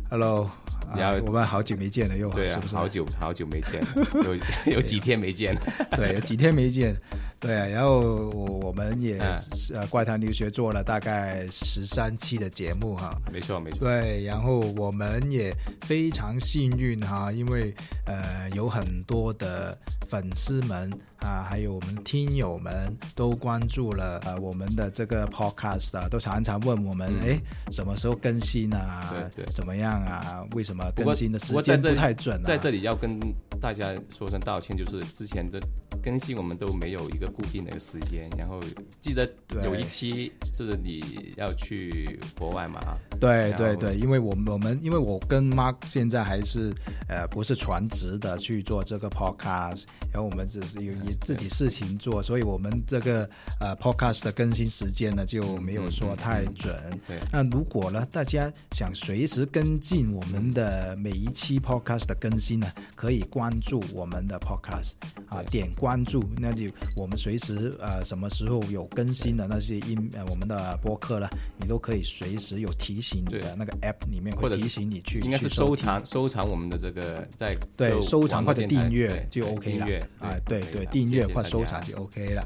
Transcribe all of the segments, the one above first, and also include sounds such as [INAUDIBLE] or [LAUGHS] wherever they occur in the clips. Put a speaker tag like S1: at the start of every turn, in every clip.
S1: Hello，啊
S2: 你要
S1: 我们好久没见了又，
S2: 对啊
S1: 是不，是？啊
S2: 好久好久没见， [LAUGHS] 有有几天没见。
S1: [LAUGHS] 对，有几天没见，对啊，然后我我们也、
S2: 嗯
S1: 呃怪谈留学做了大概十三期的节目哈、
S2: [LAUGHS] 没错没错，
S1: 对，啊然后我们也非常幸运哈、因为呃有很多的粉丝们啊，还有我们听友们都关注了呃我们的这个 podcast 啊，都常常问我们哎、什么时候更新啊？
S2: 嗯对对
S1: 怎么样啊？为什么
S2: 不过
S1: 更新的
S2: 不
S1: 时
S2: 过在
S1: 间
S2: 这
S1: 不
S2: 里
S1: 太准、啊
S2: 在这里要跟大家说声道歉，就是之前的更新我们都没有一个固定的一个时间，然后记得
S1: 对
S2: 有一期就是你要去国外嘛，
S1: 对
S2: 然
S1: 对
S2: 后
S1: 对，因为我们我们因为我跟 Mark 现在还是呃不是全职的去做这个 podcast，然后我们只是有也自己事情做，所以我们这个呃 podcast 的更新时间呢就没有说太准。
S2: 对
S1: 那如果呢大家想随时跟进我们的每一期 podcast 的更新呢，可以关注我们的 podcast 啊，点关注，那就我们随时呃什么时候有更新的那些音呃我们的播客呢，你都可以随时有提醒你的那个 app 里面
S2: 或
S1: 会
S2: 者是
S1: 提醒你去，
S2: 应该是
S1: 去收
S2: 收
S1: 听。
S2: 藏收藏我们的这个在
S1: 对，收藏或者订阅就
S2: 就
S1: OK 了啊，对对，订阅或收藏就 OK 了。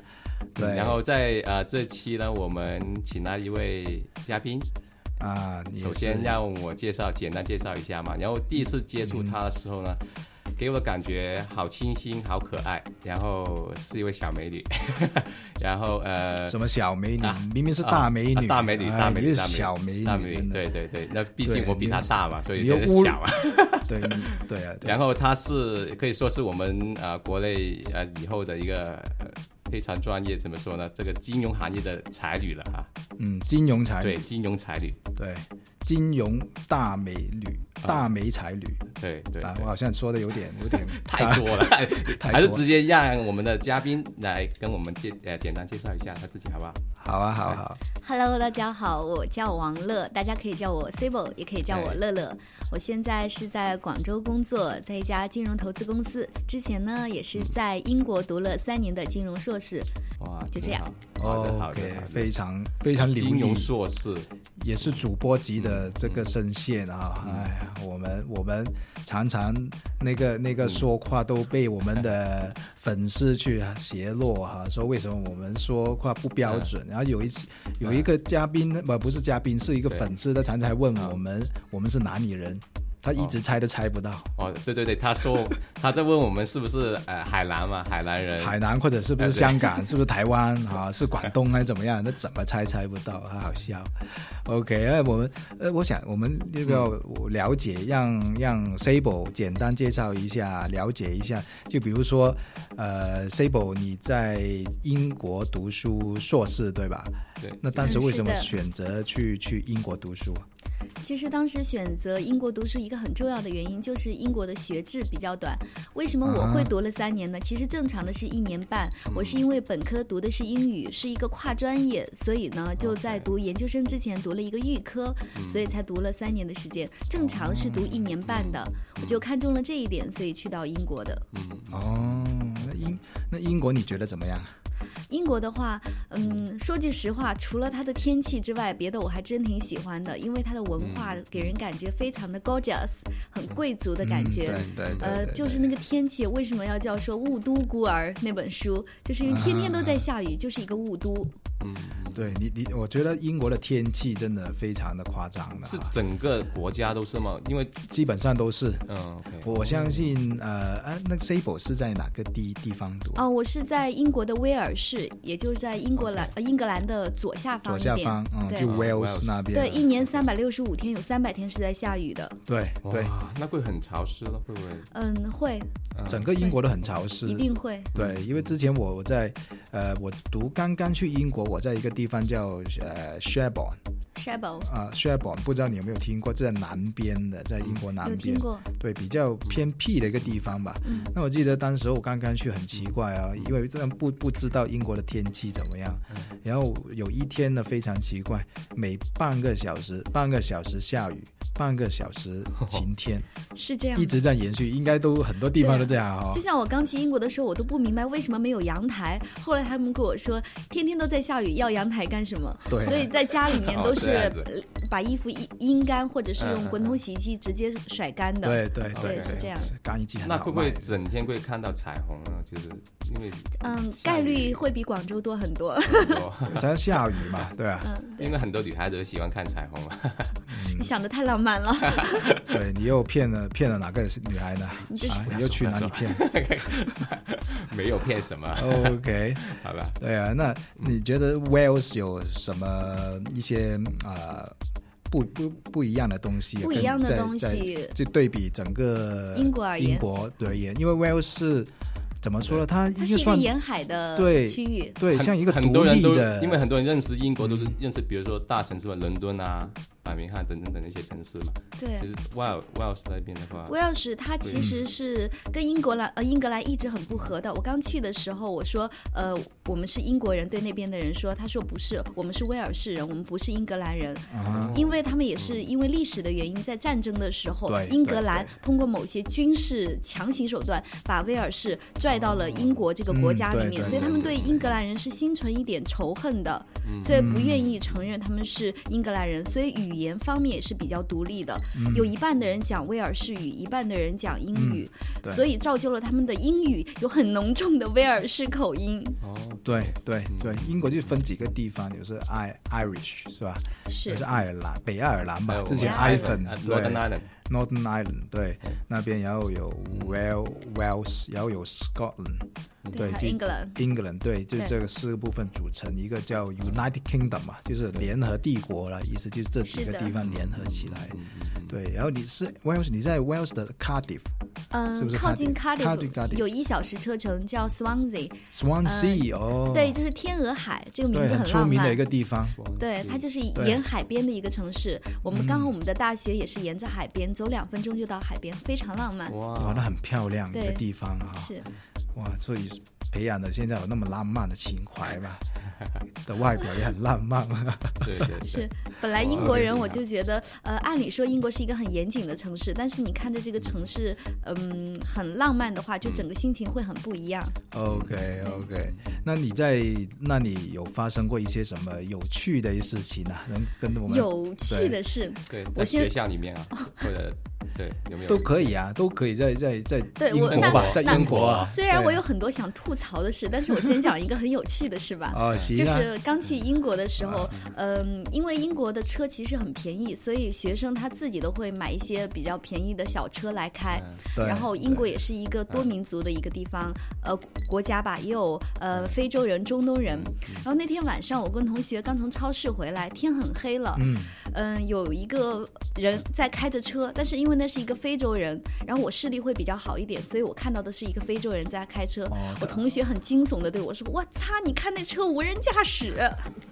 S1: 对，
S2: 嗯然后在呃这期呢，我们请来一位嘉宾，
S1: 啊，也
S2: 首
S1: 是
S2: 先让我介绍，简单介绍一下嘛。然后第一次接触她的时候呢，给我的感觉好清新，好可爱，然后是一位小美女， [LAUGHS] 然后呃。
S1: 什么小美女
S2: 啊，
S1: 明明是大美
S2: 啊
S1: 女，
S2: 大美女，
S1: 哎
S2: 大美
S1: 你
S2: 女，
S1: 是
S2: 大美女
S1: 小美
S2: 大美
S1: 真
S2: 女，
S1: 的
S2: 对对对，那毕竟
S1: 对
S2: 我比
S1: 你
S2: 她
S1: 是
S2: 大嘛，所以
S1: 你又
S2: 就是
S1: 侮辱
S2: 小啊。
S1: 对你对啊，
S2: [LAUGHS]
S1: 对
S2: 然后他是可以说是我们呃国内呃以后的一个、呃非常专业，怎么说呢？这个金融行业的才女了啊，
S1: 嗯，金融才
S2: 对，
S1: 女，
S2: 金融才女，
S1: 对，金融大美女，大美才女
S2: 对对
S1: 啊，
S2: 对
S1: 我好像说的有点有点
S2: [LAUGHS] 太多了，
S1: [LAUGHS]
S2: [LAUGHS]
S1: 太
S2: 还是
S1: 多
S2: 直接让我们的嘉宾来跟我们介呃简单介绍一下他自己好不好？
S1: 好啊，好啊好啊，
S3: Hello，大家好，我叫王乐，大家可以叫我 Sibo，也可以叫我
S2: 哎
S3: 乐乐。我现在是在广州工作，在一家金融投资公司。之前呢，也是在英国读了三年的金融硕士。
S2: 哇，
S3: 就
S2: 挺
S3: 这样
S2: 好，好的好的
S1: 哦 OK，
S2: 好的
S1: 非常非常流
S2: 金融
S1: 利，
S2: 硕士，
S1: 也是主播级的这个声线啊！哎呀，我们我们常常那个那个说话都被我们的粉丝去啊奚落哈、说为什么我们说话不标准。然后有一次有一个嘉宾，呃不不是嘉宾，是一个
S2: 对
S1: 粉丝，他常常还问我们我们是哪里人，他一直猜都猜不到，
S2: 哦，对对对，他说他在问我们是不是呃海南嘛，海南人，
S1: 海南或者是不是
S2: 哎对 [LAUGHS]
S1: 香港，是不是台湾啊，是广东还是怎么样？那怎么猜猜不到，啊、好笑。OK，那我们呃，我想我们要不要我了解，让让 Sable 简单介绍一下，了解一下。就比如说，呃，Sable 你在英国读书硕士对吧？
S2: 对
S1: 那当时
S3: 嗯
S1: 为什么
S3: 是的
S1: 选择去去英国读书啊？
S3: 其实当时选择英国读书一个很重要的原因就是英国的学制比较短。为什么我会读了三年呢？其实正常的是一年半。我是因为本科读的是英语，是一个跨专业，所以呢就在读研究生之前读了一个预科，所以才读了三年的时间。正常是读一年半的，我就看中了这一
S2: 嗯
S3: 点，所以去到英国的。
S1: 哦，那英那英国你觉得怎么样？
S3: 英国的话，嗯，说句实话，除了它的天气之外，别的我还真挺喜欢的，因为它的文化给人感觉非常的 gorgeous，很贵族的感觉。
S1: 嗯对对对
S3: 呃，
S1: 对
S3: 就是那个天气，为什么要叫说《雾都孤儿》那本书？就是
S1: 啊
S3: 因为天天都在下雨，就是一个雾都。
S2: 嗯，
S1: 对你你，我觉得英国的天气真的非常的夸张的
S2: 是
S1: 哈，
S2: 整个国家都是吗？因为
S1: 基本上都是。
S2: 嗯，OK，
S1: 我我相信，呃，啊，那 Sable 是在哪个地地方读？
S3: 啊、我是在英国的威尔士，也就是在英国兰、呃、英格兰的左下方
S1: 左
S3: 一
S1: 下
S3: 点。
S1: 方，嗯，
S3: 对
S1: 就
S2: 嗯
S1: Wales
S2: Wales
S1: 那边。啊
S3: 对，一年三百六十五天，有三百天是在下雨的。
S1: 对对，
S2: 哇，那会很潮湿了，会不会？
S3: 嗯，会，
S2: 嗯
S1: 整个英国都很潮湿
S3: 一。定会。
S1: 对，因为之前我我在，呃，我读刚刚去英国，我在一个地方叫呃 Sherborne
S3: 晒宝
S1: 啊、s h e r b o r n 不知道你有没有听过，这在南边的，在英国南
S3: 有
S1: 边
S3: 听，过，嗯
S1: 对，比较偏僻的一个地方吧。那我记得当时我刚刚去，很奇怪啊，
S2: 嗯
S1: 因为真的不不知道英国的天气怎么样。然后有一天呢，非常奇怪，每半个小时半个小时下雨，半个小时晴天，
S3: 是这样
S1: 嗯一
S3: 的。
S1: 直这样延续，应该都很多地方都这样哦
S3: 就。像我刚去英国的时候，我都不明白为什么没有阳台。后来他们跟我说，天天都在下雨，要阳台干什么？
S1: 对
S3: 所以在家里面
S2: [LAUGHS] 哦
S3: 都是
S2: 这样子
S3: 呃把衣服阴阴干，或者是
S2: 嗯
S3: 用
S2: 嗯
S3: 滚筒洗衣机直接甩干的。
S1: 对对
S2: 对
S1: 对，
S2: 是
S3: 这样
S1: 是干衣机很
S2: 那
S1: 好
S2: 会不会
S1: 卖
S2: 整天会看到彩虹呢？就是因为
S3: 嗯，
S2: 下
S3: 概
S2: 雨
S3: 率会比广州多很多。
S2: 很多，
S1: 咱下雨嘛，
S2: [LAUGHS]
S1: 对啊，
S3: 嗯， [LAUGHS] 对
S2: 因为很多女孩子都喜欢看彩虹嘛。
S3: [LAUGHS]
S2: 啊嗯
S3: 你想的太浪漫了。
S1: 对你又骗了骗了哪个女孩呢？啊，你又去哪里骗
S2: [LAUGHS] 没有骗什么，
S1: ？OK，
S2: 好吧？
S1: 对
S3: 嗯
S1: 啊，那你觉得 Wales 有什么一些啊、呃不不不一样的东西啊？
S3: 不一
S1: 跟
S3: 样的
S1: 在
S3: 东
S1: 在
S3: 西
S1: 就对比整
S2: 呃
S1: 个
S3: 英国而言
S1: 英国对而言，因为 Wales 是怎么说呢？它应
S3: 它
S1: 该
S3: 是一个
S1: 算
S3: 沿海的
S1: 对
S3: 区域，
S1: 对
S2: 很
S1: 像一个
S2: 很
S1: 独
S2: 多人
S1: 立
S2: 都
S1: 的，嗯
S2: 因为很多人认识英国都是认识，比如说大城市嘛，伦敦啊、伯明翰等等等那些城市嘛。
S3: 对。
S2: 其实 Wales Wales 那边的话，
S3: 威尔士它其实是跟英格兰
S2: 嗯
S3: 呃英格兰一直很不合的。我刚去的时候，我说呃我们是英国人，对那边的人说，他说不是，我们是威尔士人，我们不是英格兰人，
S1: 啊
S3: 因为他们也是因为历史的原因，在战争的时候
S1: 对，
S3: 英格兰
S1: 对
S3: 通过某些军事强行手段把威尔士拽到了英国这个国家里
S1: 嗯对
S3: 面，
S1: 对
S3: 所以他们对英格兰人是心存一点仇恨的，
S2: 嗯
S3: 所以不愿意承认他们是英格兰人，所以语言方面也是比较独立的，
S1: 嗯
S3: 有一半的人讲威尔士语，一半的人讲英语，
S1: 嗯对
S3: 所以造就了他们的英语有很浓重的威尔士口音，
S2: 哦，
S1: 对对
S3: 嗯
S1: 对，英国就分几个地方，有是 I Irish 是吧？
S3: 是
S1: 就
S3: 呃
S1: 是啊爱尔兰、北爱尔兰
S2: 还
S1: 吧，
S2: 有
S1: 之前
S3: Northern
S1: Ivan 对
S2: 呃 Northern Ireland，
S1: Northern Ireland 对那边，然后有 Wel Wales，然后有 Scotland，对，
S3: 还有
S1: 就
S3: England。
S1: England 对，就
S3: 对
S1: 这个四个部分组成一个叫 United Kingdom 嘛，就是联合帝国了，意思就是这几
S3: 是
S1: 个
S3: 的
S1: 地方联合起来。
S2: 嗯
S1: 对，然后你是 Wales，你在 Wales 的 Cardiff、是
S3: 嗯
S1: 不，是
S3: 靠近
S1: Cardiff？
S3: Cardiff
S1: Cardiff，Cardiff
S3: 有一小时车程，叫 Swansea，
S1: Swansea 哦，
S3: 呃对，就是天鹅海，这个名
S1: 对，
S3: 字
S1: 很出
S3: 浪
S1: 名的一
S3: 漫。
S1: 个地方。
S2: 嗯
S3: 对，它就是
S1: 对嗯
S3: 沿海边的一个城市。我们刚好我们的大学也是沿着海边，走两分钟就到海边，非常浪漫。
S1: 哇，那
S2: 哇，
S1: 很漂亮一个
S3: 对
S1: 地方哈、
S3: 是，
S1: 哇，所以培养的现在有那么浪漫的情怀嘛， [LAUGHS] 的外表也很浪漫嘛。
S2: 对对对
S3: 是，本来英国人我就觉得，呃，按理说英国是一个很严谨的城市，但是你看着这个城市，嗯，很浪漫的话，就
S1: 嗯
S3: 整个心情会很不一样。
S1: OK OK，那你在那里有发生过一些什么有趣的事情啊？能跟我们
S3: 有趣的是， [LAUGHS]
S2: 对，
S3: 我
S2: 在
S3: 现
S2: 学校里
S3: [LAUGHS]
S2: 面啊，或者对有没有
S1: 都可以啊，都可以在在在
S3: 对
S1: 英
S3: 我
S1: 国吧，在
S2: 那
S1: 英国啊。
S3: 虽然
S1: 对
S3: 我有很多想吐槽的事，但是我先讲一个很有趣的事吧。
S1: 哦，行
S3: 就
S1: 啊，
S3: 是刚去英国的时候，嗯，因为英国的车其实很便宜，所以学生他自己都会买一些比较便宜的小车来开。
S2: 嗯
S1: 哎对嗯
S3: 然后英国也是一个多民族的一个地方，呃，国家吧，也有呃非洲人、中东人。
S1: 嗯
S3: 然后那天晚上，我跟同学刚从超市回来，天很黑了，
S1: 嗯，
S3: 嗯，有一个人在开着车，但是因为那是一个非洲人，然后我视力会比较好一点，所以我看到的是一个非洲人在开车。
S1: 哦
S3: 我同学很惊悚的对我说：“我擦，你看那车无人
S1: [LAUGHS]
S3: 驾驶。
S2: [LAUGHS]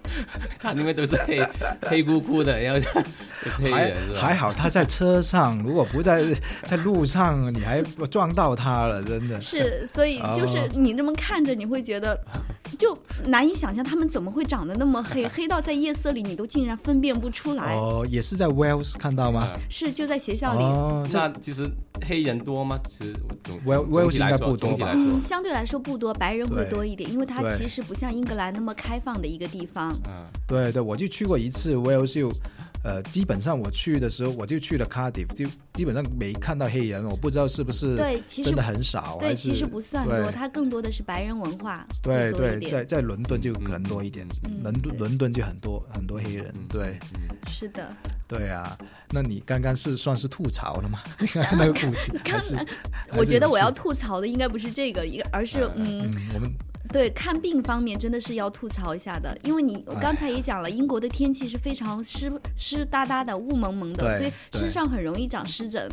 S2: 他因为都是黑黑咕咕的，然后都是黑
S1: 还
S2: 人是吧？
S1: 还好他在车上，如果不在在路上，你还撞到他了，真的”。
S3: 是，所以就是
S1: 哦
S3: 你这么看着，你会觉得就难以想象他们怎么会长得那么黑，黑到在夜色里你都竟然分辨不出来。
S1: 哦，也是在 Wales 看到
S2: 嗯
S1: 吗？
S3: 是就在学校里，
S1: 哦，这
S2: 那其实黑人多吗？其实我总
S1: Wel-
S2: 总体
S1: Wales
S2: 来
S1: 应该
S2: 说，
S1: 不多
S2: 总体来
S1: 吧
S2: 说
S3: 嗯，，相对来说不多，白人会
S1: 对
S3: 多一点，因为它
S1: 对
S3: 其实不像英格兰那么开放的一个地方。
S2: 嗯，
S1: 对对，我就去过一次 Wales，就呃，基本上我去的时候，我就去了 Cardiff，就基本上没看到黑人，我不知道是不是
S3: 对，其实
S1: 真的很少，还
S3: 对，
S1: 是
S3: 其实不算多，
S1: 对
S3: 它更多的是白人文化
S1: 对
S3: 会多一
S1: 对，
S3: 点。
S1: 在在伦敦就可能多一点，
S3: 嗯
S1: 伦敦
S3: 对
S1: 伦敦就很多很多黑人，对
S3: 是的，
S1: 对啊。那你刚刚是算是吐槽了
S3: [LAUGHS]
S1: 吗？那个故事还是，还
S3: 我
S1: 是
S3: 觉得
S1: 有
S3: 我要
S1: 趣
S3: 吐槽的应该不是这个，一个而是嗯，
S1: 嗯，我们
S3: 对，看病方面真的是要吐槽一下的，因为
S1: 哎
S3: 你我刚才也讲了，英国的天气是非常湿湿哒哒的、雾蒙蒙的，
S1: 对
S3: 所以
S1: 对
S3: 身上很容易长湿疹。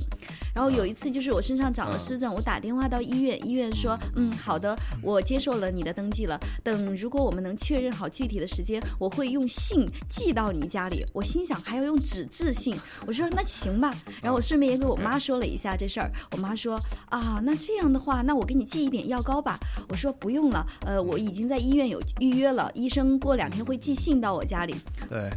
S3: 然后有一次就是我身上长了湿疹，我打电话到医院，医院说，嗯，好的，我接受了你的登记了。等如果我们能确认好具体的时间，我会用信寄到你家里。我心想还要用纸质信，我说那行吧。然后我顺便也给我妈说了一下这事儿，我妈说啊，那这样的话，那我给你寄一点药膏吧。我说不用了，呃，我已经在医院有预约了，医生过两天会寄信到我家里。
S1: 对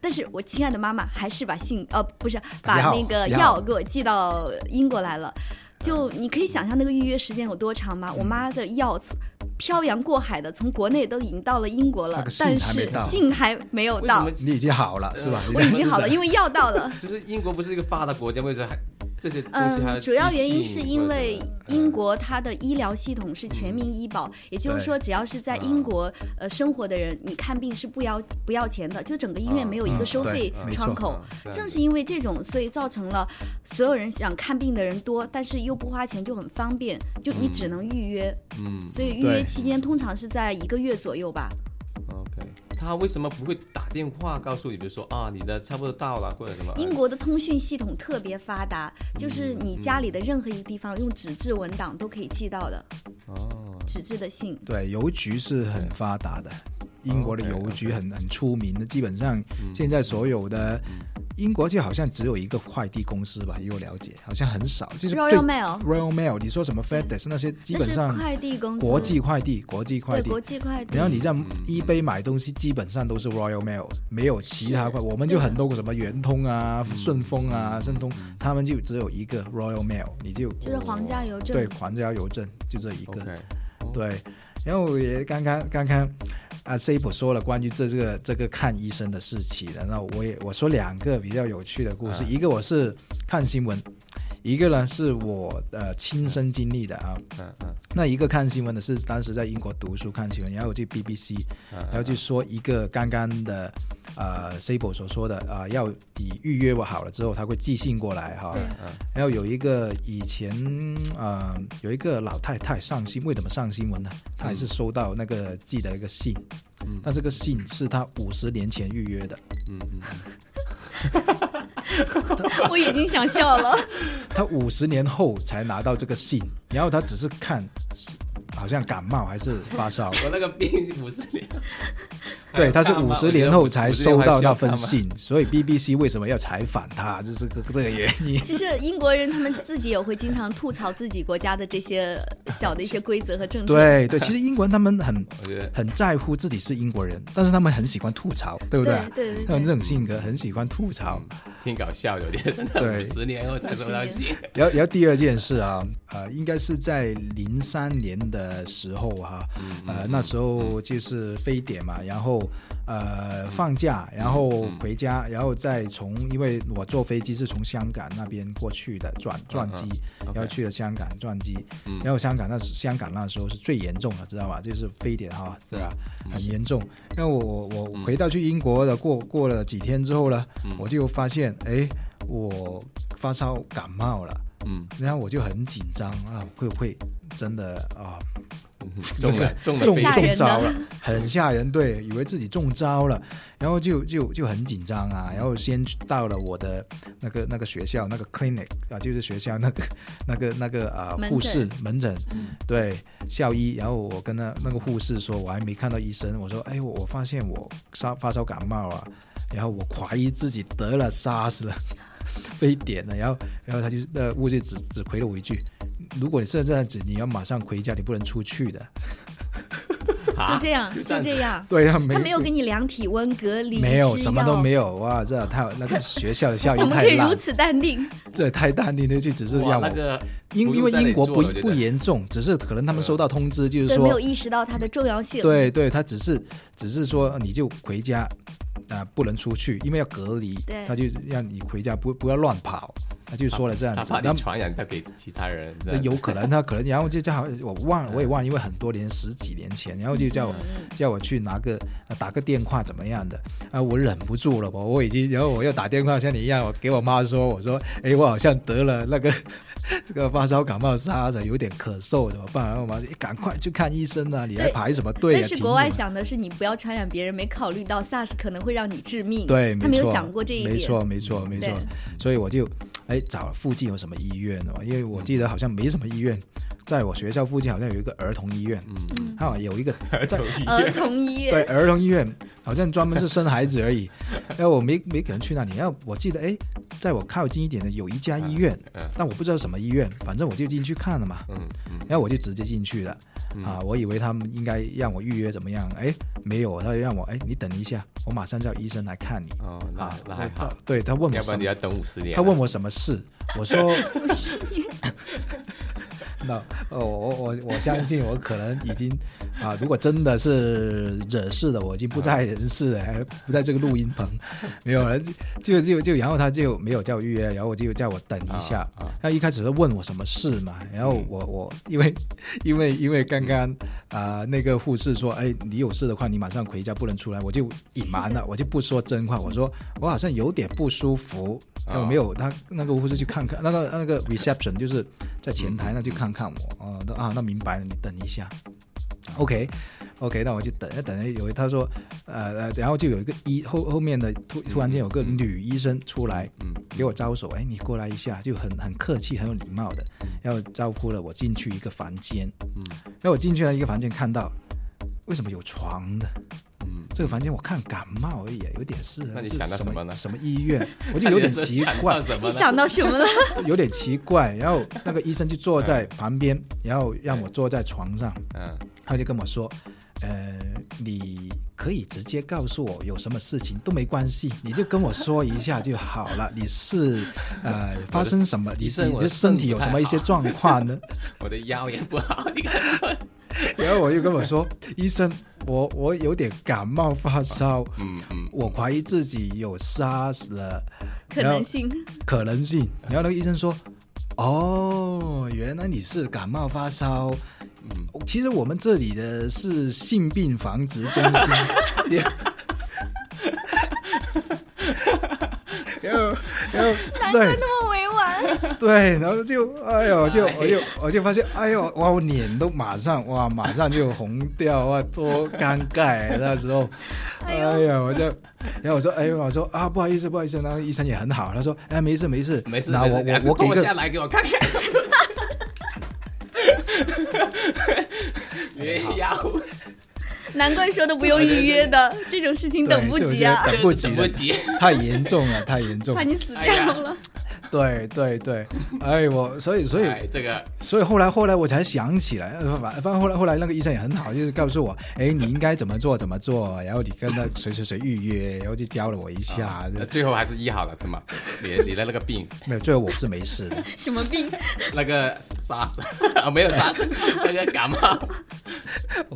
S3: 但是我亲爱的妈妈还是把信呃不是
S1: 把
S3: 把
S1: 药
S3: 那个
S1: 药
S3: 药给我寄到英国来了。就你可以想象那个预约时间有多长吗？
S1: 嗯
S3: 我妈的药从漂洋过海的从国内都已经到了英国了，
S1: 那个信
S3: 但
S1: 还没
S3: 是
S1: 到
S3: 信还没有
S2: 为什
S3: 到
S2: 么。
S1: 你已经好了是吧？
S3: 我已经好
S1: 是
S3: 了，
S1: 在
S3: 因为药到
S1: [LAUGHS]
S3: 了。
S2: 其实英国不是一个发达国家，为什么还这些东西还
S3: 嗯，主要原因是因为
S1: 嗯
S3: 英
S2: 国
S3: 国它的医疗系统是全民医保，也就是说，只要是在英
S1: 啊
S3: 国呃生活的人，你看病是不要不要钱的，就整个医院没有一个
S1: 嗯
S3: 收费
S1: 对没错
S3: 窗口。
S2: 啊
S3: 正是因为这种，所以造成了所有人想看病的人多，但是又不花钱就很方便，就你只能预约，
S2: 嗯
S3: 所以预
S1: 对
S3: 约期间通常是在一个月左右吧。
S2: ，OK，他为什么不会打电话告诉你，比如说啊，你的差不多到了，或者什
S1: 呃
S2: 么？
S3: 英国的通讯系统特别发达，就是你家里的任何一个地方用纸质文档都可以寄到的
S2: 哦，
S3: 纸质的信。
S1: 对，邮局是很发达的，英国的
S2: OK，OK
S1: 邮局很很出名的，基本上现在所有的。英国就好像只有一个快递公司吧，以我了解，好像很少，就是
S3: Royal Mail。
S1: 最 Royal Mail，你说什么 FedEx 那些，基
S3: 那
S1: 本
S3: 是
S1: 上
S3: 快递公司，
S1: 国际快递，国际快
S3: 对
S1: 递
S3: 国。际快递。
S1: 然后你在 eBay 买东西，基本上都是 Royal Mail，没有其他快，我们就很多个什么圆通啊、顺丰啊、顺通，他们就只有一个 Royal Mail，你就
S3: 就是皇家邮政，
S1: 对皇家邮政就这一个。
S2: OK，
S1: 对，然后我也刚刚刚刚啊 C 普说了关于这这个这个看医生的事情的，那我也我说两个比较有趣的故事，
S2: 啊
S1: 一个我是看新闻，一个呢是我呃亲身经历的啊。
S2: 嗯嗯
S1: 那一个看新闻的是当时在英国读书看新闻，然后我去 BBC，
S2: 嗯，
S1: 然后就说一个刚刚的呃 C 普所说的啊、要你预约我好了之后，他会寄信过来哈。
S3: 对
S1: 然后有一个以前呃有一个老太太上新，为什么上新闻呢？她也是收到那个寄的一个信，
S2: 嗯
S1: 但这个信是她五十年前预约的，
S2: 嗯嗯
S3: [LAUGHS] 我已经想笑了。
S1: 她五十年后才拿到这个信，然后她只是看，好像感冒还是发烧，
S2: 我那个病五十年，
S1: [LAUGHS] 对，她是
S2: 大妈
S1: 五十年后才收到那
S2: 我 [LAUGHS]
S1: 封
S2: 觉得50
S1: 信，所以 BBC 为什么要采访她，就是这个这个原
S2: [LAUGHS]
S1: 因。
S3: 其实英国人他们自己也会经常吐槽自己国家的这些小的一些规则和政策。，
S1: 对对，其实英国人他们很
S2: 我觉得
S1: 很在乎自己是英国人，但是他们很喜欢吐槽，对不对？
S3: 对对对
S1: 他们这种性格很喜欢吐槽。
S2: 挺搞笑的，我觉得真的
S1: 对
S2: 五十年后才收到信，
S1: 然后，然后第二件事啊，呃，应该是在零三年的时候哈、
S2: 嗯
S1: 呃，那时候就是非典嘛，然后呃放假，然后回家，然后再从，因为我坐飞机是从香港那边过去的，
S2: 嗯
S1: 转转机，
S2: OK
S1: 然后去了香港转机，然后香港那时香港那时候是最严重的，知道吧？就是非典哈、是吧？很严重。那我我我回到去英国的过过了几天之后呢，我就发现，哎，我发烧感冒了。
S2: 嗯，
S1: 然后我就很紧张啊，会不会真的啊
S2: 中了中了
S1: 中
S2: 非
S3: 吓
S1: 中
S3: 人的
S1: 招了，很吓人，对，以为自己中招了，然后就就就很紧张啊，然后先到了我的那个那个学校那个 clinic 啊，就是学校那个那个那个啊、
S3: 门诊
S1: 护士门诊，
S3: 嗯
S1: 对校医，然后我跟那那个护士说，我还没看到医生，我说哎我我发现我烧发烧感冒啊，然后我怀疑自己得了 SARS 了。 [LAUGHS] 非典了，然后，然后他就那护士只只回了我一句：“如果你是这样子，你要马上回家，你不能出去的。”
S3: 就这样，就这样。
S1: 对呀，没
S3: 他没有给你量体温、隔离，
S1: 没有什么都没
S3: 有。
S1: 有哇，这太那
S3: [LAUGHS]
S1: 个学校的效
S3: 我
S1: 应
S3: 们
S1: 太
S3: 可以
S1: 烂
S3: 如，此淡定，
S1: 这也太淡定了，就只是
S2: 哇，
S1: 让
S2: 那
S1: 我。
S2: 个
S1: 因
S2: 不
S1: 因
S2: 用
S1: 为
S2: 在那
S1: 英
S2: 里
S1: 国
S2: 做
S1: 不
S2: 了我觉
S1: 不
S2: 得
S1: 严重，只是可能他们
S2: 呃
S1: 收到通知，就是
S3: 对，没
S1: 说
S3: 有意识到它的重要性。
S1: 对对，他只是只是说你就回家啊、不能出去，因为要隔离
S3: 对，
S1: 他就让你回家不不要乱跑，他就说了这样
S2: 他
S1: 子
S2: 怕。
S1: 那
S2: 你传染到给其他人，这样
S1: 有可
S3: [LAUGHS]
S1: 能他可能，然后就叫好我忘了，我也忘了，因为很多年十几年前，然后就叫我
S3: 嗯
S1: 叫我去拿个呃打个电话怎么样的啊，我忍不住了，我我已经，然后我又打电话像你一样，我给我妈说，我说，哎，我好像得了那个 [LAUGHS] 这个发烧感冒沙子，有点咳嗽，怎么办？然后我妈说，哎赶快去看医生啊，你还
S3: 对
S1: 排什么队啊？
S3: 但是
S1: 凭
S3: 国
S1: 什
S3: 外
S1: 么
S3: 想的是你不要传染别人，没考虑到 SARS 可能会让你致命。
S1: 对，
S3: 他
S1: 没
S3: 没有
S1: 错
S3: 想过这一点。嗯
S1: 没错，没错，没错
S3: 对。
S1: 所以我就哎找附近有什么医院哦，因为我记得好像没什么医院，在我学校附近好像有一个儿童医院，
S2: [LAUGHS] 嗯，
S1: 还有啊有一个在
S3: 儿童医
S1: 对
S3: 院， [LAUGHS]
S1: 儿童医院，好像专门是生孩子而已。 [LAUGHS] 然后我没没可能去那里，然后我记得哎，在我靠近一点的有一家医院，
S2: 嗯
S1: 但我不知道什么医院，反正我就进去看了嘛。
S2: 嗯嗯
S1: 然后我就直接进去了，啊，我以为他们应该让我预约怎么样，哎，没有，他就让我哎，你等一下，我马上叫医生来看你。
S2: 哦，那
S1: 啊，
S2: 那还好，
S1: 对他问我
S2: 要不
S1: 什
S2: 然你
S1: 么，
S2: 要啊等五十年。
S1: 他问我什么事，我说 [LAUGHS] 那呃，我我我相信我可能已经啊，如果真的是惹事的，我已经不在人世了，还不在这个录音棚，没有了，就就就然后他就没有叫预约，然后我就叫我等一下，
S2: 啊啊
S1: 他一开始是问我什么事嘛，然后我我因为因为因为刚刚啊、那个护士说，哎，你有事的话你马上回家，不能出来，我就隐瞒了，我就不说真话，我说我好像有点不舒服，
S2: 啊
S1: 我没有他那个护士去看看，那个那个 reception 就是在前台那就看看
S2: 嗯
S1: 我，哦、那啊那明白了，你等一下，OK。OK，那我就等，等了有他说，呃，呃然后就有一个医后后面的突突然间有个女医生出来，
S2: 嗯
S1: 给我招手，哎，你过来一下，就很很客气，很有礼貌的，然后招呼了我进去一个房间，
S2: 嗯
S1: 然后我进去了一个房间，看到为什么有床的？
S2: 嗯，
S1: 这个房间我看感冒而已，有点事。
S2: 那你
S1: 是
S2: 想到
S1: 什
S2: 什么呢
S1: 什么医院？我就有点奇
S2: [LAUGHS]
S1: 怪
S2: 那你是想到，什么
S3: 你
S2: 呢？
S3: 想到什
S1: [LAUGHS]
S3: 么了？
S1: 有点奇怪。然后那个医生就坐在旁边，然后让我坐在床上，
S2: 嗯
S1: 他就跟我说，呃，你可以直接告诉我有什么事情都没关系，你就跟我说一下就好了。你是呃发生什 [LAUGHS] 么？你
S2: 医生
S1: 你
S2: 我
S1: 的
S2: 的
S1: 身体有什么一些状况呢？ [LAUGHS]
S2: 我的腰也不好，你看，
S1: 然后我就跟我说，医生，我我有点感冒发烧，
S2: 嗯嗯，
S1: 我怀疑自己有 SARS 了，
S3: 可
S1: 然后
S3: 能性。
S1: 可能性。然后那个医生说，哦，原来你是感冒发烧。嗯，其实我们这里的是性病防治中心。 [LAUGHS] 你然后，然后，对
S3: 那么委
S1: [LAUGHS]
S3: 婉，
S2: [LAUGHS]
S1: 对，然后就，哎呦，就
S2: 哎
S1: 我就我就发现，哎呦，哇，我脸都马上哇，马上就红掉啊，多尴尬、那
S2: [LAUGHS]
S1: 时候。哎呀，我就，然后我说，哎呦，我说啊，不好意思，不好意思，然后医生也很好，他说，哎，没事没事
S2: 没事
S1: 那
S2: 没
S1: 我
S2: 事，你还是
S1: 我我给
S2: 脱下
S1: 个，
S2: 来给我看看。你的腰
S3: 难怪说的不用预约的，这种事情等不及啊
S1: 对，就觉
S2: 等不
S1: 得等不及
S2: 及
S1: 了，， [LAUGHS] 太严重了，太严重
S3: 怕
S1: 了，
S3: 你死
S2: 哎
S3: 掉
S2: 呀
S3: 了。
S1: 对对对，哎我，所以所以
S2: 哎这个
S1: 所以后来后来我才想起来，呃反反正后来后来那个医生也很好，就是告诉我，哎，你应该怎么做怎么做，然后你跟他谁谁谁预约，然后就教了我一下。
S2: 呃最后还是医好了是吗？你你的那个病，
S1: 没有，最后我是没事的，
S3: 什么病？
S2: 那个 SARS [LAUGHS] 啊没有 SARS，那 [LAUGHS] 个感
S1: [LAUGHS]
S2: 冒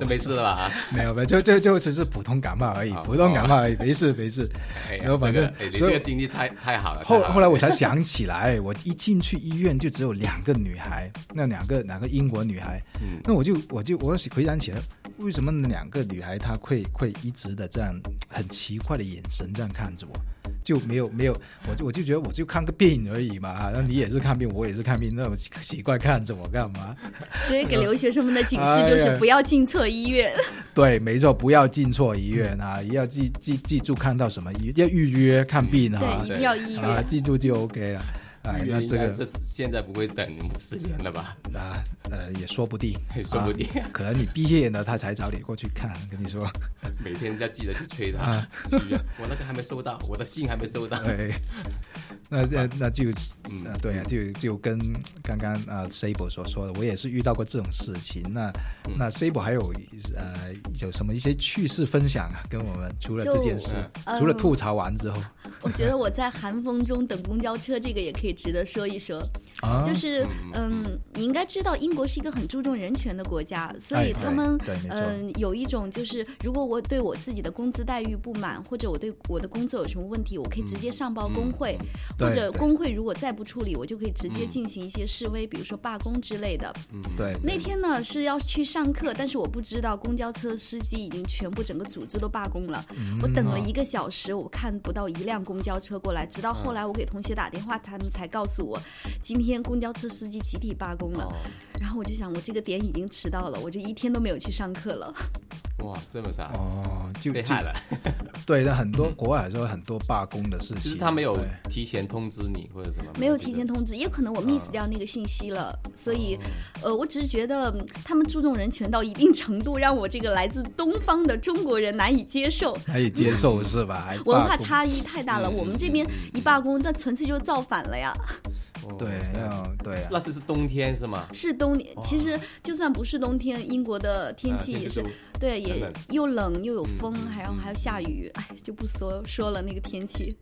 S2: 都没事了吧？啊
S1: 没有没有，就就就只是普通感冒而已
S2: 哦，
S1: 普通感冒而已，没事没事。
S2: 哎呀
S1: 然后反正
S2: 这个哎你
S1: 所
S2: 这
S1: 以
S2: 个经历太太好了。
S1: 后
S2: 太好了
S1: 后来我才想起来，我一进去医院就只有两个女孩，那两个两个英国女孩，
S2: 嗯
S1: 那我就我就我回想起来，为什么那两个女孩她会会一直的这样很奇怪的眼神这样看着我，就没有没有，我就我就觉得我就看个病而已嘛，啊那你也是看病，我也是看病，那么奇怪看着我干嘛？
S3: 所以给留学生们的警示
S1: 嗯
S3: 就
S1: 哎
S3: 是
S1: 呀
S3: 不要进错医院。
S1: 对，没错，不要进错医院啊，
S2: 嗯
S1: 也要记记记住看到什么医要预约看病
S3: 对，
S1: 啊
S3: 一，定要医
S1: 啊，
S3: 院。
S1: 记住就 OK 了。哎，那
S2: 应
S1: 这
S2: 该
S1: 个
S2: 啊是现在不会等五十年了吧？ [LAUGHS]，
S1: 啊，呃，也说不定
S2: 也说不定
S1: 啊可能你毕业呢，他才找你过去看。跟
S2: [LAUGHS]
S1: 你说，
S2: 每天要记得去催他
S1: 啊，
S2: 去医院我那个还没收到，我的信还没收到。
S1: 对，那那那就
S2: 啊嗯
S1: 呃对啊，就就跟刚刚啊 Sable 所说的，我也是遇到过这种事情。那
S2: 嗯
S1: 那 Sable 还有呃有什么一些趣事分享啊？跟我们除了这件事
S2: 呃
S3: 就，
S1: 除了
S3: 嗯
S1: 吐槽完之后
S3: 我觉得我在寒风中等公交车，这个也可以值得说一说。
S1: 啊，
S3: 就是
S2: 嗯
S3: 嗯，你应该知道，英国是一个很注重人权的国家，所以
S1: 哎
S3: 他们
S1: 对对没错
S3: 嗯有一种就是，如果我对我自己的工资待遇不满，或者我对我的工作有什么问题，我可以直接上报工会，
S1: 嗯对
S3: 或者
S1: 对
S3: 工会如果再不处理，我就可以直接
S2: 嗯
S3: 进行一些示威，比如说罢工之类的。
S2: 嗯
S1: 对
S3: 那天呢是要去上课，但是我不知道公交车司机已经全部整个组织都罢工了。我等了一个小时，我看不到一辆公交车过来，直到后来我给同学打电话，他们才告诉我，今天公交车司机集体罢工了。
S2: 哦
S3: 然后我就想，我这个点已经迟到了，我就一天都没有去上课了。
S2: 哇，这么傻，
S1: 哦，就
S2: 被
S1: 就
S2: 害了。
S1: 对，那很多国外来说很多罢工的事情，
S2: 就是他没有
S1: 对
S2: 提前通知你或者什么，
S3: 没有提前通知，也可能我 miss 掉那个信息了，所
S2: 哦
S3: 以，呃，我只是觉得嗯他们注重人权到一定程度，让我这个来自东方的中国人难以接受。
S1: 难以接 [LAUGHS] 受是吧？还
S3: 文
S1: 罢
S3: 化
S1: 工
S3: 差异太大了，
S2: 嗯
S3: 我们这边一罢工，那纯粹就造反了呀！
S2: 哦
S1: 对，要对啊
S2: 那次是冬天是吗？
S3: 是冬，其实就算不是冬天，英国的天气
S2: 啊
S3: 也
S2: 天
S3: 是、
S2: 气
S3: 对，
S2: 很
S3: 也
S2: 冷
S3: 又冷又有风，
S2: 嗯嗯
S3: 还然后
S2: 嗯
S3: 还要下雨，哎，就不说说了那个天气。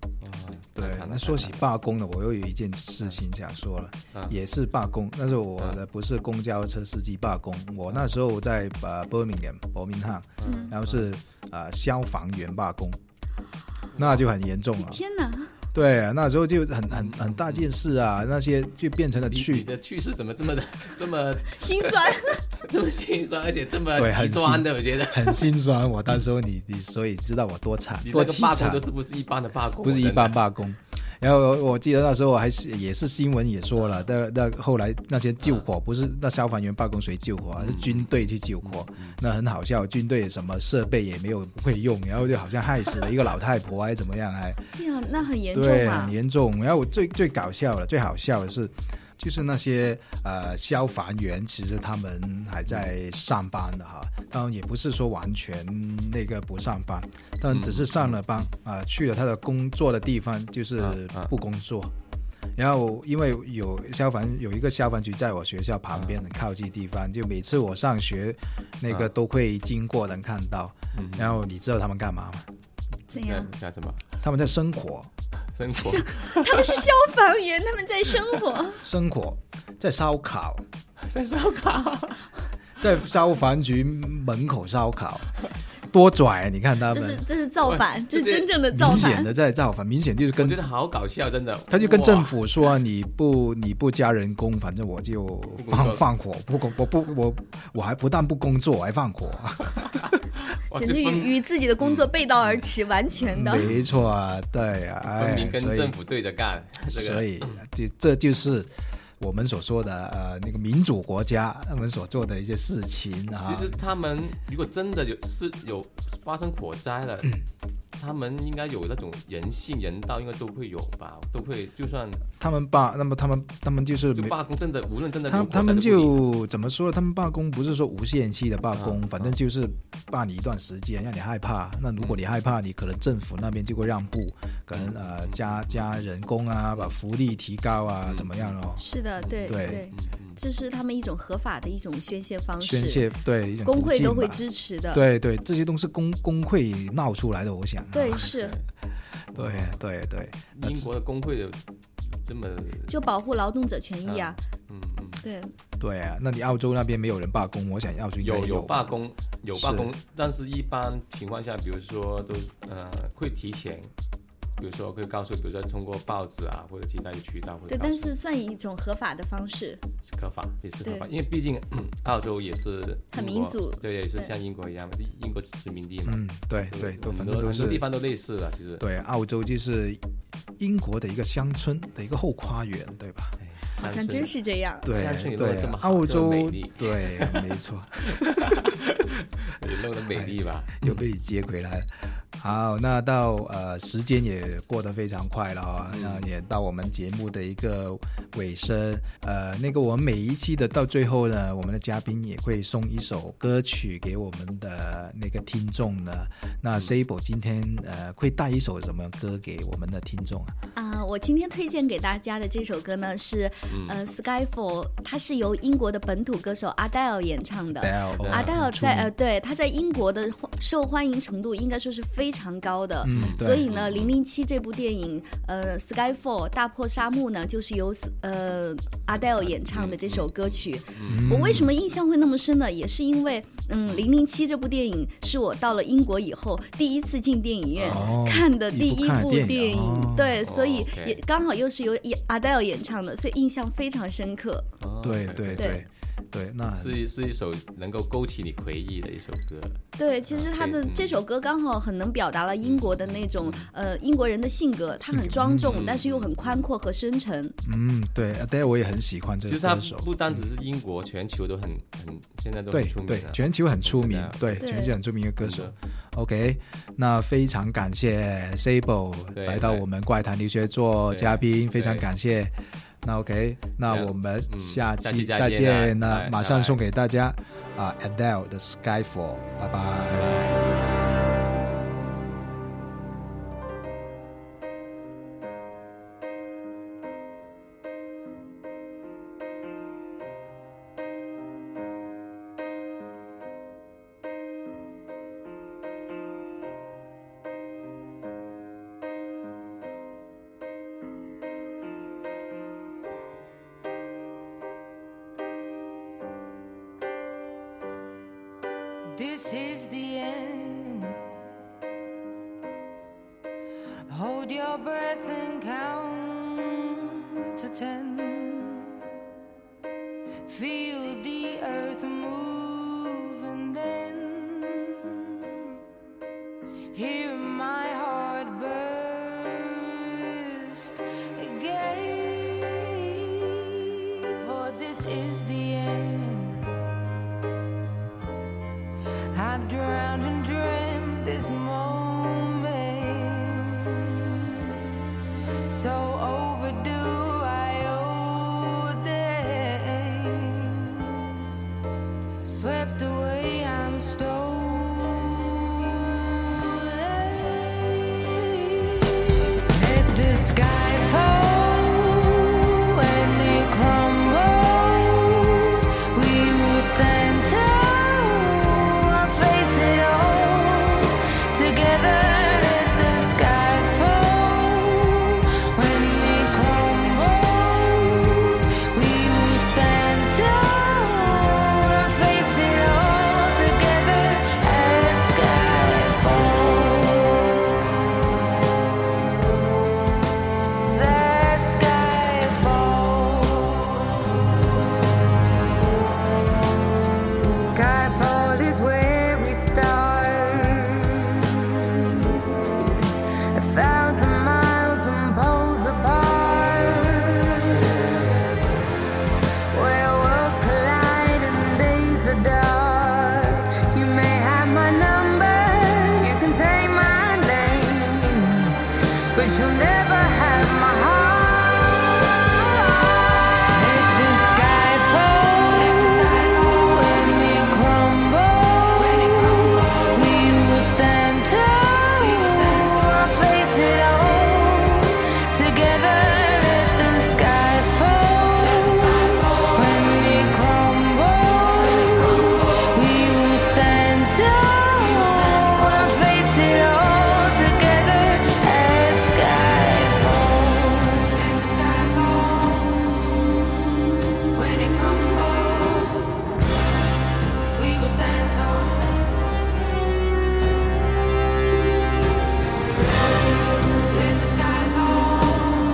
S1: 对，那说起罢工了，我又有一件事情想说了，
S2: 嗯
S1: 也是罢工，但是我的不是公交车司机罢工，我那时候在呃 Birmingham 伯明翰，然后是呃消防员罢工，
S2: 哦
S1: 那就很严重了。
S3: 天哪，
S1: 对，那时候就很很很大件事啊，那些就变成了
S2: 你你
S1: 去
S2: 的趣事怎么这么的这么
S3: 心酸。
S2: 这么心酸，而且这么
S1: 对
S2: 极
S1: 很
S2: 端
S1: 心
S2: 的？我觉得
S1: 很心酸。我当时候你 [LAUGHS] 你所以知道我多惨
S2: 你
S1: 多
S2: 那个
S1: 凄
S2: 罢工
S1: 惨
S2: 都，是不是一般的罢工？
S1: 不是一
S2: 真的
S1: 般罢工。然后我记得那时候我还是也是新闻也说了，那那后来那些救火不
S2: 嗯
S1: 是那消防员罢工谁救火啊，是军队去救火，那很好笑，军队什么设备也没有不会用，然后就好像害死了一个老太婆还怎么样哎还。
S3: 这样那很严重
S1: 对，
S3: 啊
S1: 很！严重。然后我最最搞笑的、最好笑的是，就是那些呃消防员，其实他们还在上班的哈，当然也不是说完全那个不上班，但只是上了班啊、去了他的工作的地方，就是
S2: 嗯嗯
S1: 不工作。然后，因为有消防有一个消防局在我学校旁边，很靠近地方，就每次我上学，那个
S2: 嗯
S1: 都会经过能看到。然后你知道他们干嘛吗？
S3: 怎样？
S2: 那干什么？
S1: 他们在生火。
S2: 生活
S3: 他们是消防员，他们在生活。
S1: 生火，在烧烤，
S2: 在烧
S1: [LAUGHS]
S2: 烤，
S1: 在消防局门口烧
S3: [LAUGHS]
S1: 烤，多拽！你看他
S3: 这是
S1: 们
S3: 这是造反，这
S2: 这
S3: 是
S2: 些
S3: 真正的造
S1: 明显
S3: 反。
S1: 的在造反，明显就是
S2: 我
S1: 跟
S2: 觉得啊好搞笑，真的。
S1: 他就跟政
S2: 哇
S1: 府说你不你不加人工，反正我就
S2: 工作
S1: 放放火，不工我不我我还不但不工作，我还放火，
S2: 哇这
S3: 简直与
S2: 分
S3: 与自己的工作背道而驰，完全的。
S1: 没错啊，对啊，
S2: 分明
S1: 哎，
S2: 跟
S1: 所以
S2: 政府对着干，这个
S1: 所以就这就是。我们所说的呃那个民主国家，他们所做的一些事情啊，
S2: 其实他们如果真的有是有发生火灾了，
S1: 嗯
S2: 他们应该有那种人性、人道，应该都会有吧，都会就算
S1: 他们罢，那么他们他们就是
S2: 就
S1: 没
S2: 罢工，真的无论真的
S1: 他
S2: 有火灾
S1: 他们
S2: 都不理嗯
S1: 就怎么说？他们罢工不是说无限期的罢工，
S2: 啊
S1: 反正就是罢你一段时间，让你害怕。那如果你害怕，你可能政府那边就会让步，可能呃加加人工啊，把福利提高
S2: 嗯
S1: 啊，怎么样咯？
S3: 是的，对
S1: 对
S3: 对，这是他们一种合法的一种宣泄方式，
S1: 宣泄对一种
S3: 工
S1: 途
S3: 会
S1: 径
S3: 都会
S1: 吧
S3: 支持的。
S1: 对对，这些都是工工会闹出来的，我想啊。
S3: 对是，
S1: 对对对，那
S2: 英国的工会有这么
S3: 就保护劳动者权益啊。
S2: 嗯嗯
S3: 对，
S1: 对啊，那你澳洲那边没有人罢工，我想澳洲应该
S2: 有有
S1: 有
S2: 罢工有罢
S1: 是
S2: 工，但是一般情况下，比如说都呃会提前。比如说会告诉，比如说通过报纸啊或者其他的渠道会
S3: 对，
S2: 告
S3: 但
S2: 诉
S3: 是算一种合法的方式。
S2: 合法，也是合法，因为毕竟嗯澳洲也是
S3: 很
S2: 英国
S3: 民主
S2: 对，也是
S3: 对
S2: 像英国一样，英国殖民地嘛，
S1: 嗯，对对，都
S2: 很
S1: 反
S2: 多
S1: 正都
S2: 很
S1: 是
S2: 多地方都类似的，其实
S1: 对，澳洲就是英国的一个乡村的一个后花园，对吧？
S2: 哎
S3: 好
S2: 乡
S3: 像
S2: 村
S3: 真是这样。
S1: 对
S2: 乡村也弄
S1: 对
S2: 得这么，好
S1: 澳
S2: 这么
S1: 洲
S2: 美丽
S1: 对，
S2: [LAUGHS]
S1: 没错，
S2: 也弄得美丽吧，
S1: 又被你接回来了。好，那到呃时间也过得非常快了啊、
S2: 嗯
S1: 那也到我们节目的一个尾声。呃，那个我们每一期的到最后呢，我们的嘉宾也会送一首歌曲给我们的呃那个听众呢。那
S2: 嗯
S1: Sable 今天呃会带一首什么歌给我们的听众啊？
S3: 啊、我今天推荐给大家的这首歌呢是、
S1: 嗯
S3: 呃《Skyfall》，它是由英国的本土歌手阿黛尔演唱的。
S1: Adele，
S3: 阿黛尔
S1: 出
S3: 在
S1: 名
S3: 呃，对，她在英国的欢受欢迎程度应该说是非常高的。
S1: 嗯，对
S3: 所以呢，《零零七》这部电影，呃，《Skyfall》大破沙漠呢，就是由呃阿黛尔演唱的这首歌曲。
S1: 嗯
S3: 我为什么印象会那么深呢？也是因为，嗯，《零零七》这部电影是我到了英国以后第一次进电影院
S1: 哦
S3: 看的第
S1: 一部
S3: 一
S1: 看的
S3: 部
S1: 电影
S3: 电
S1: 哦
S3: 影，对，所以
S2: 哦，OK
S3: 也刚好又是由阿黛尔演唱的，所以印象非常深刻。
S2: 哦
S1: 对
S2: ，OK，
S1: 对
S2: 对
S1: 嗯对对，那
S2: 是一是一首能够勾起你回忆的一首歌。
S3: 对，其实他的
S2: 对嗯
S3: 这首歌刚好很能表达了英国的那种呃英国人的性格，他很庄重，但是又很宽阔和深沉。
S1: 嗯，对，Adele 我也很喜欢这
S2: 其实它
S1: 这首。
S2: 不单只是英国，全球都很很现在都
S1: 对
S2: 很出名啊
S1: 对
S2: 了，。
S1: 全球很出名
S2: 对啊，嗯
S1: 对，
S3: 对
S1: 全球很出名的歌手
S2: 真的。
S1: OK，那非常感谢 Sable
S2: 对
S1: 来到
S2: 对
S1: 我们怪谈留学做
S2: 对
S1: 嘉宾，非常
S2: 对
S1: 感谢。那 OK，那
S2: 那
S1: 我们
S2: 嗯
S1: 下
S2: 下
S1: 期
S2: 期再
S1: 再
S2: 见啊
S1: 见。那
S2: 拜
S1: 马上送给大家啊，Adele 的 Skyfall，拜拜。
S4: This is the end. Hold your breath and count to ten. Feel the earth move and then hear my heart burst again. For this is the end. I've drowned and dreamt this moment. So overdue, I owe them. Swept away, I'm stolen. Let the sky fall when it crumbles. We will stand tall, face it all. Together, let the sky fall when it crumbles. We will stand tall, face it all. Together, let sky fall. That skyfall, skyfall is where we start. A thousand miles and poles apart, where worlds collide and days are dark. You may have my number, you can take my name but you'll never have my heart. Let the sky fall when it crumbles. We will stand tall, face it all. Together, let the sky fall when it crumbles. We will stand tall, face it all together at skyfall. When it crumbles, we will stand tall. Let the sky fall.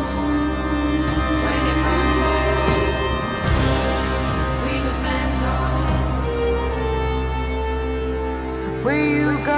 S4: When it crumbles, we will stand tall. Where you go,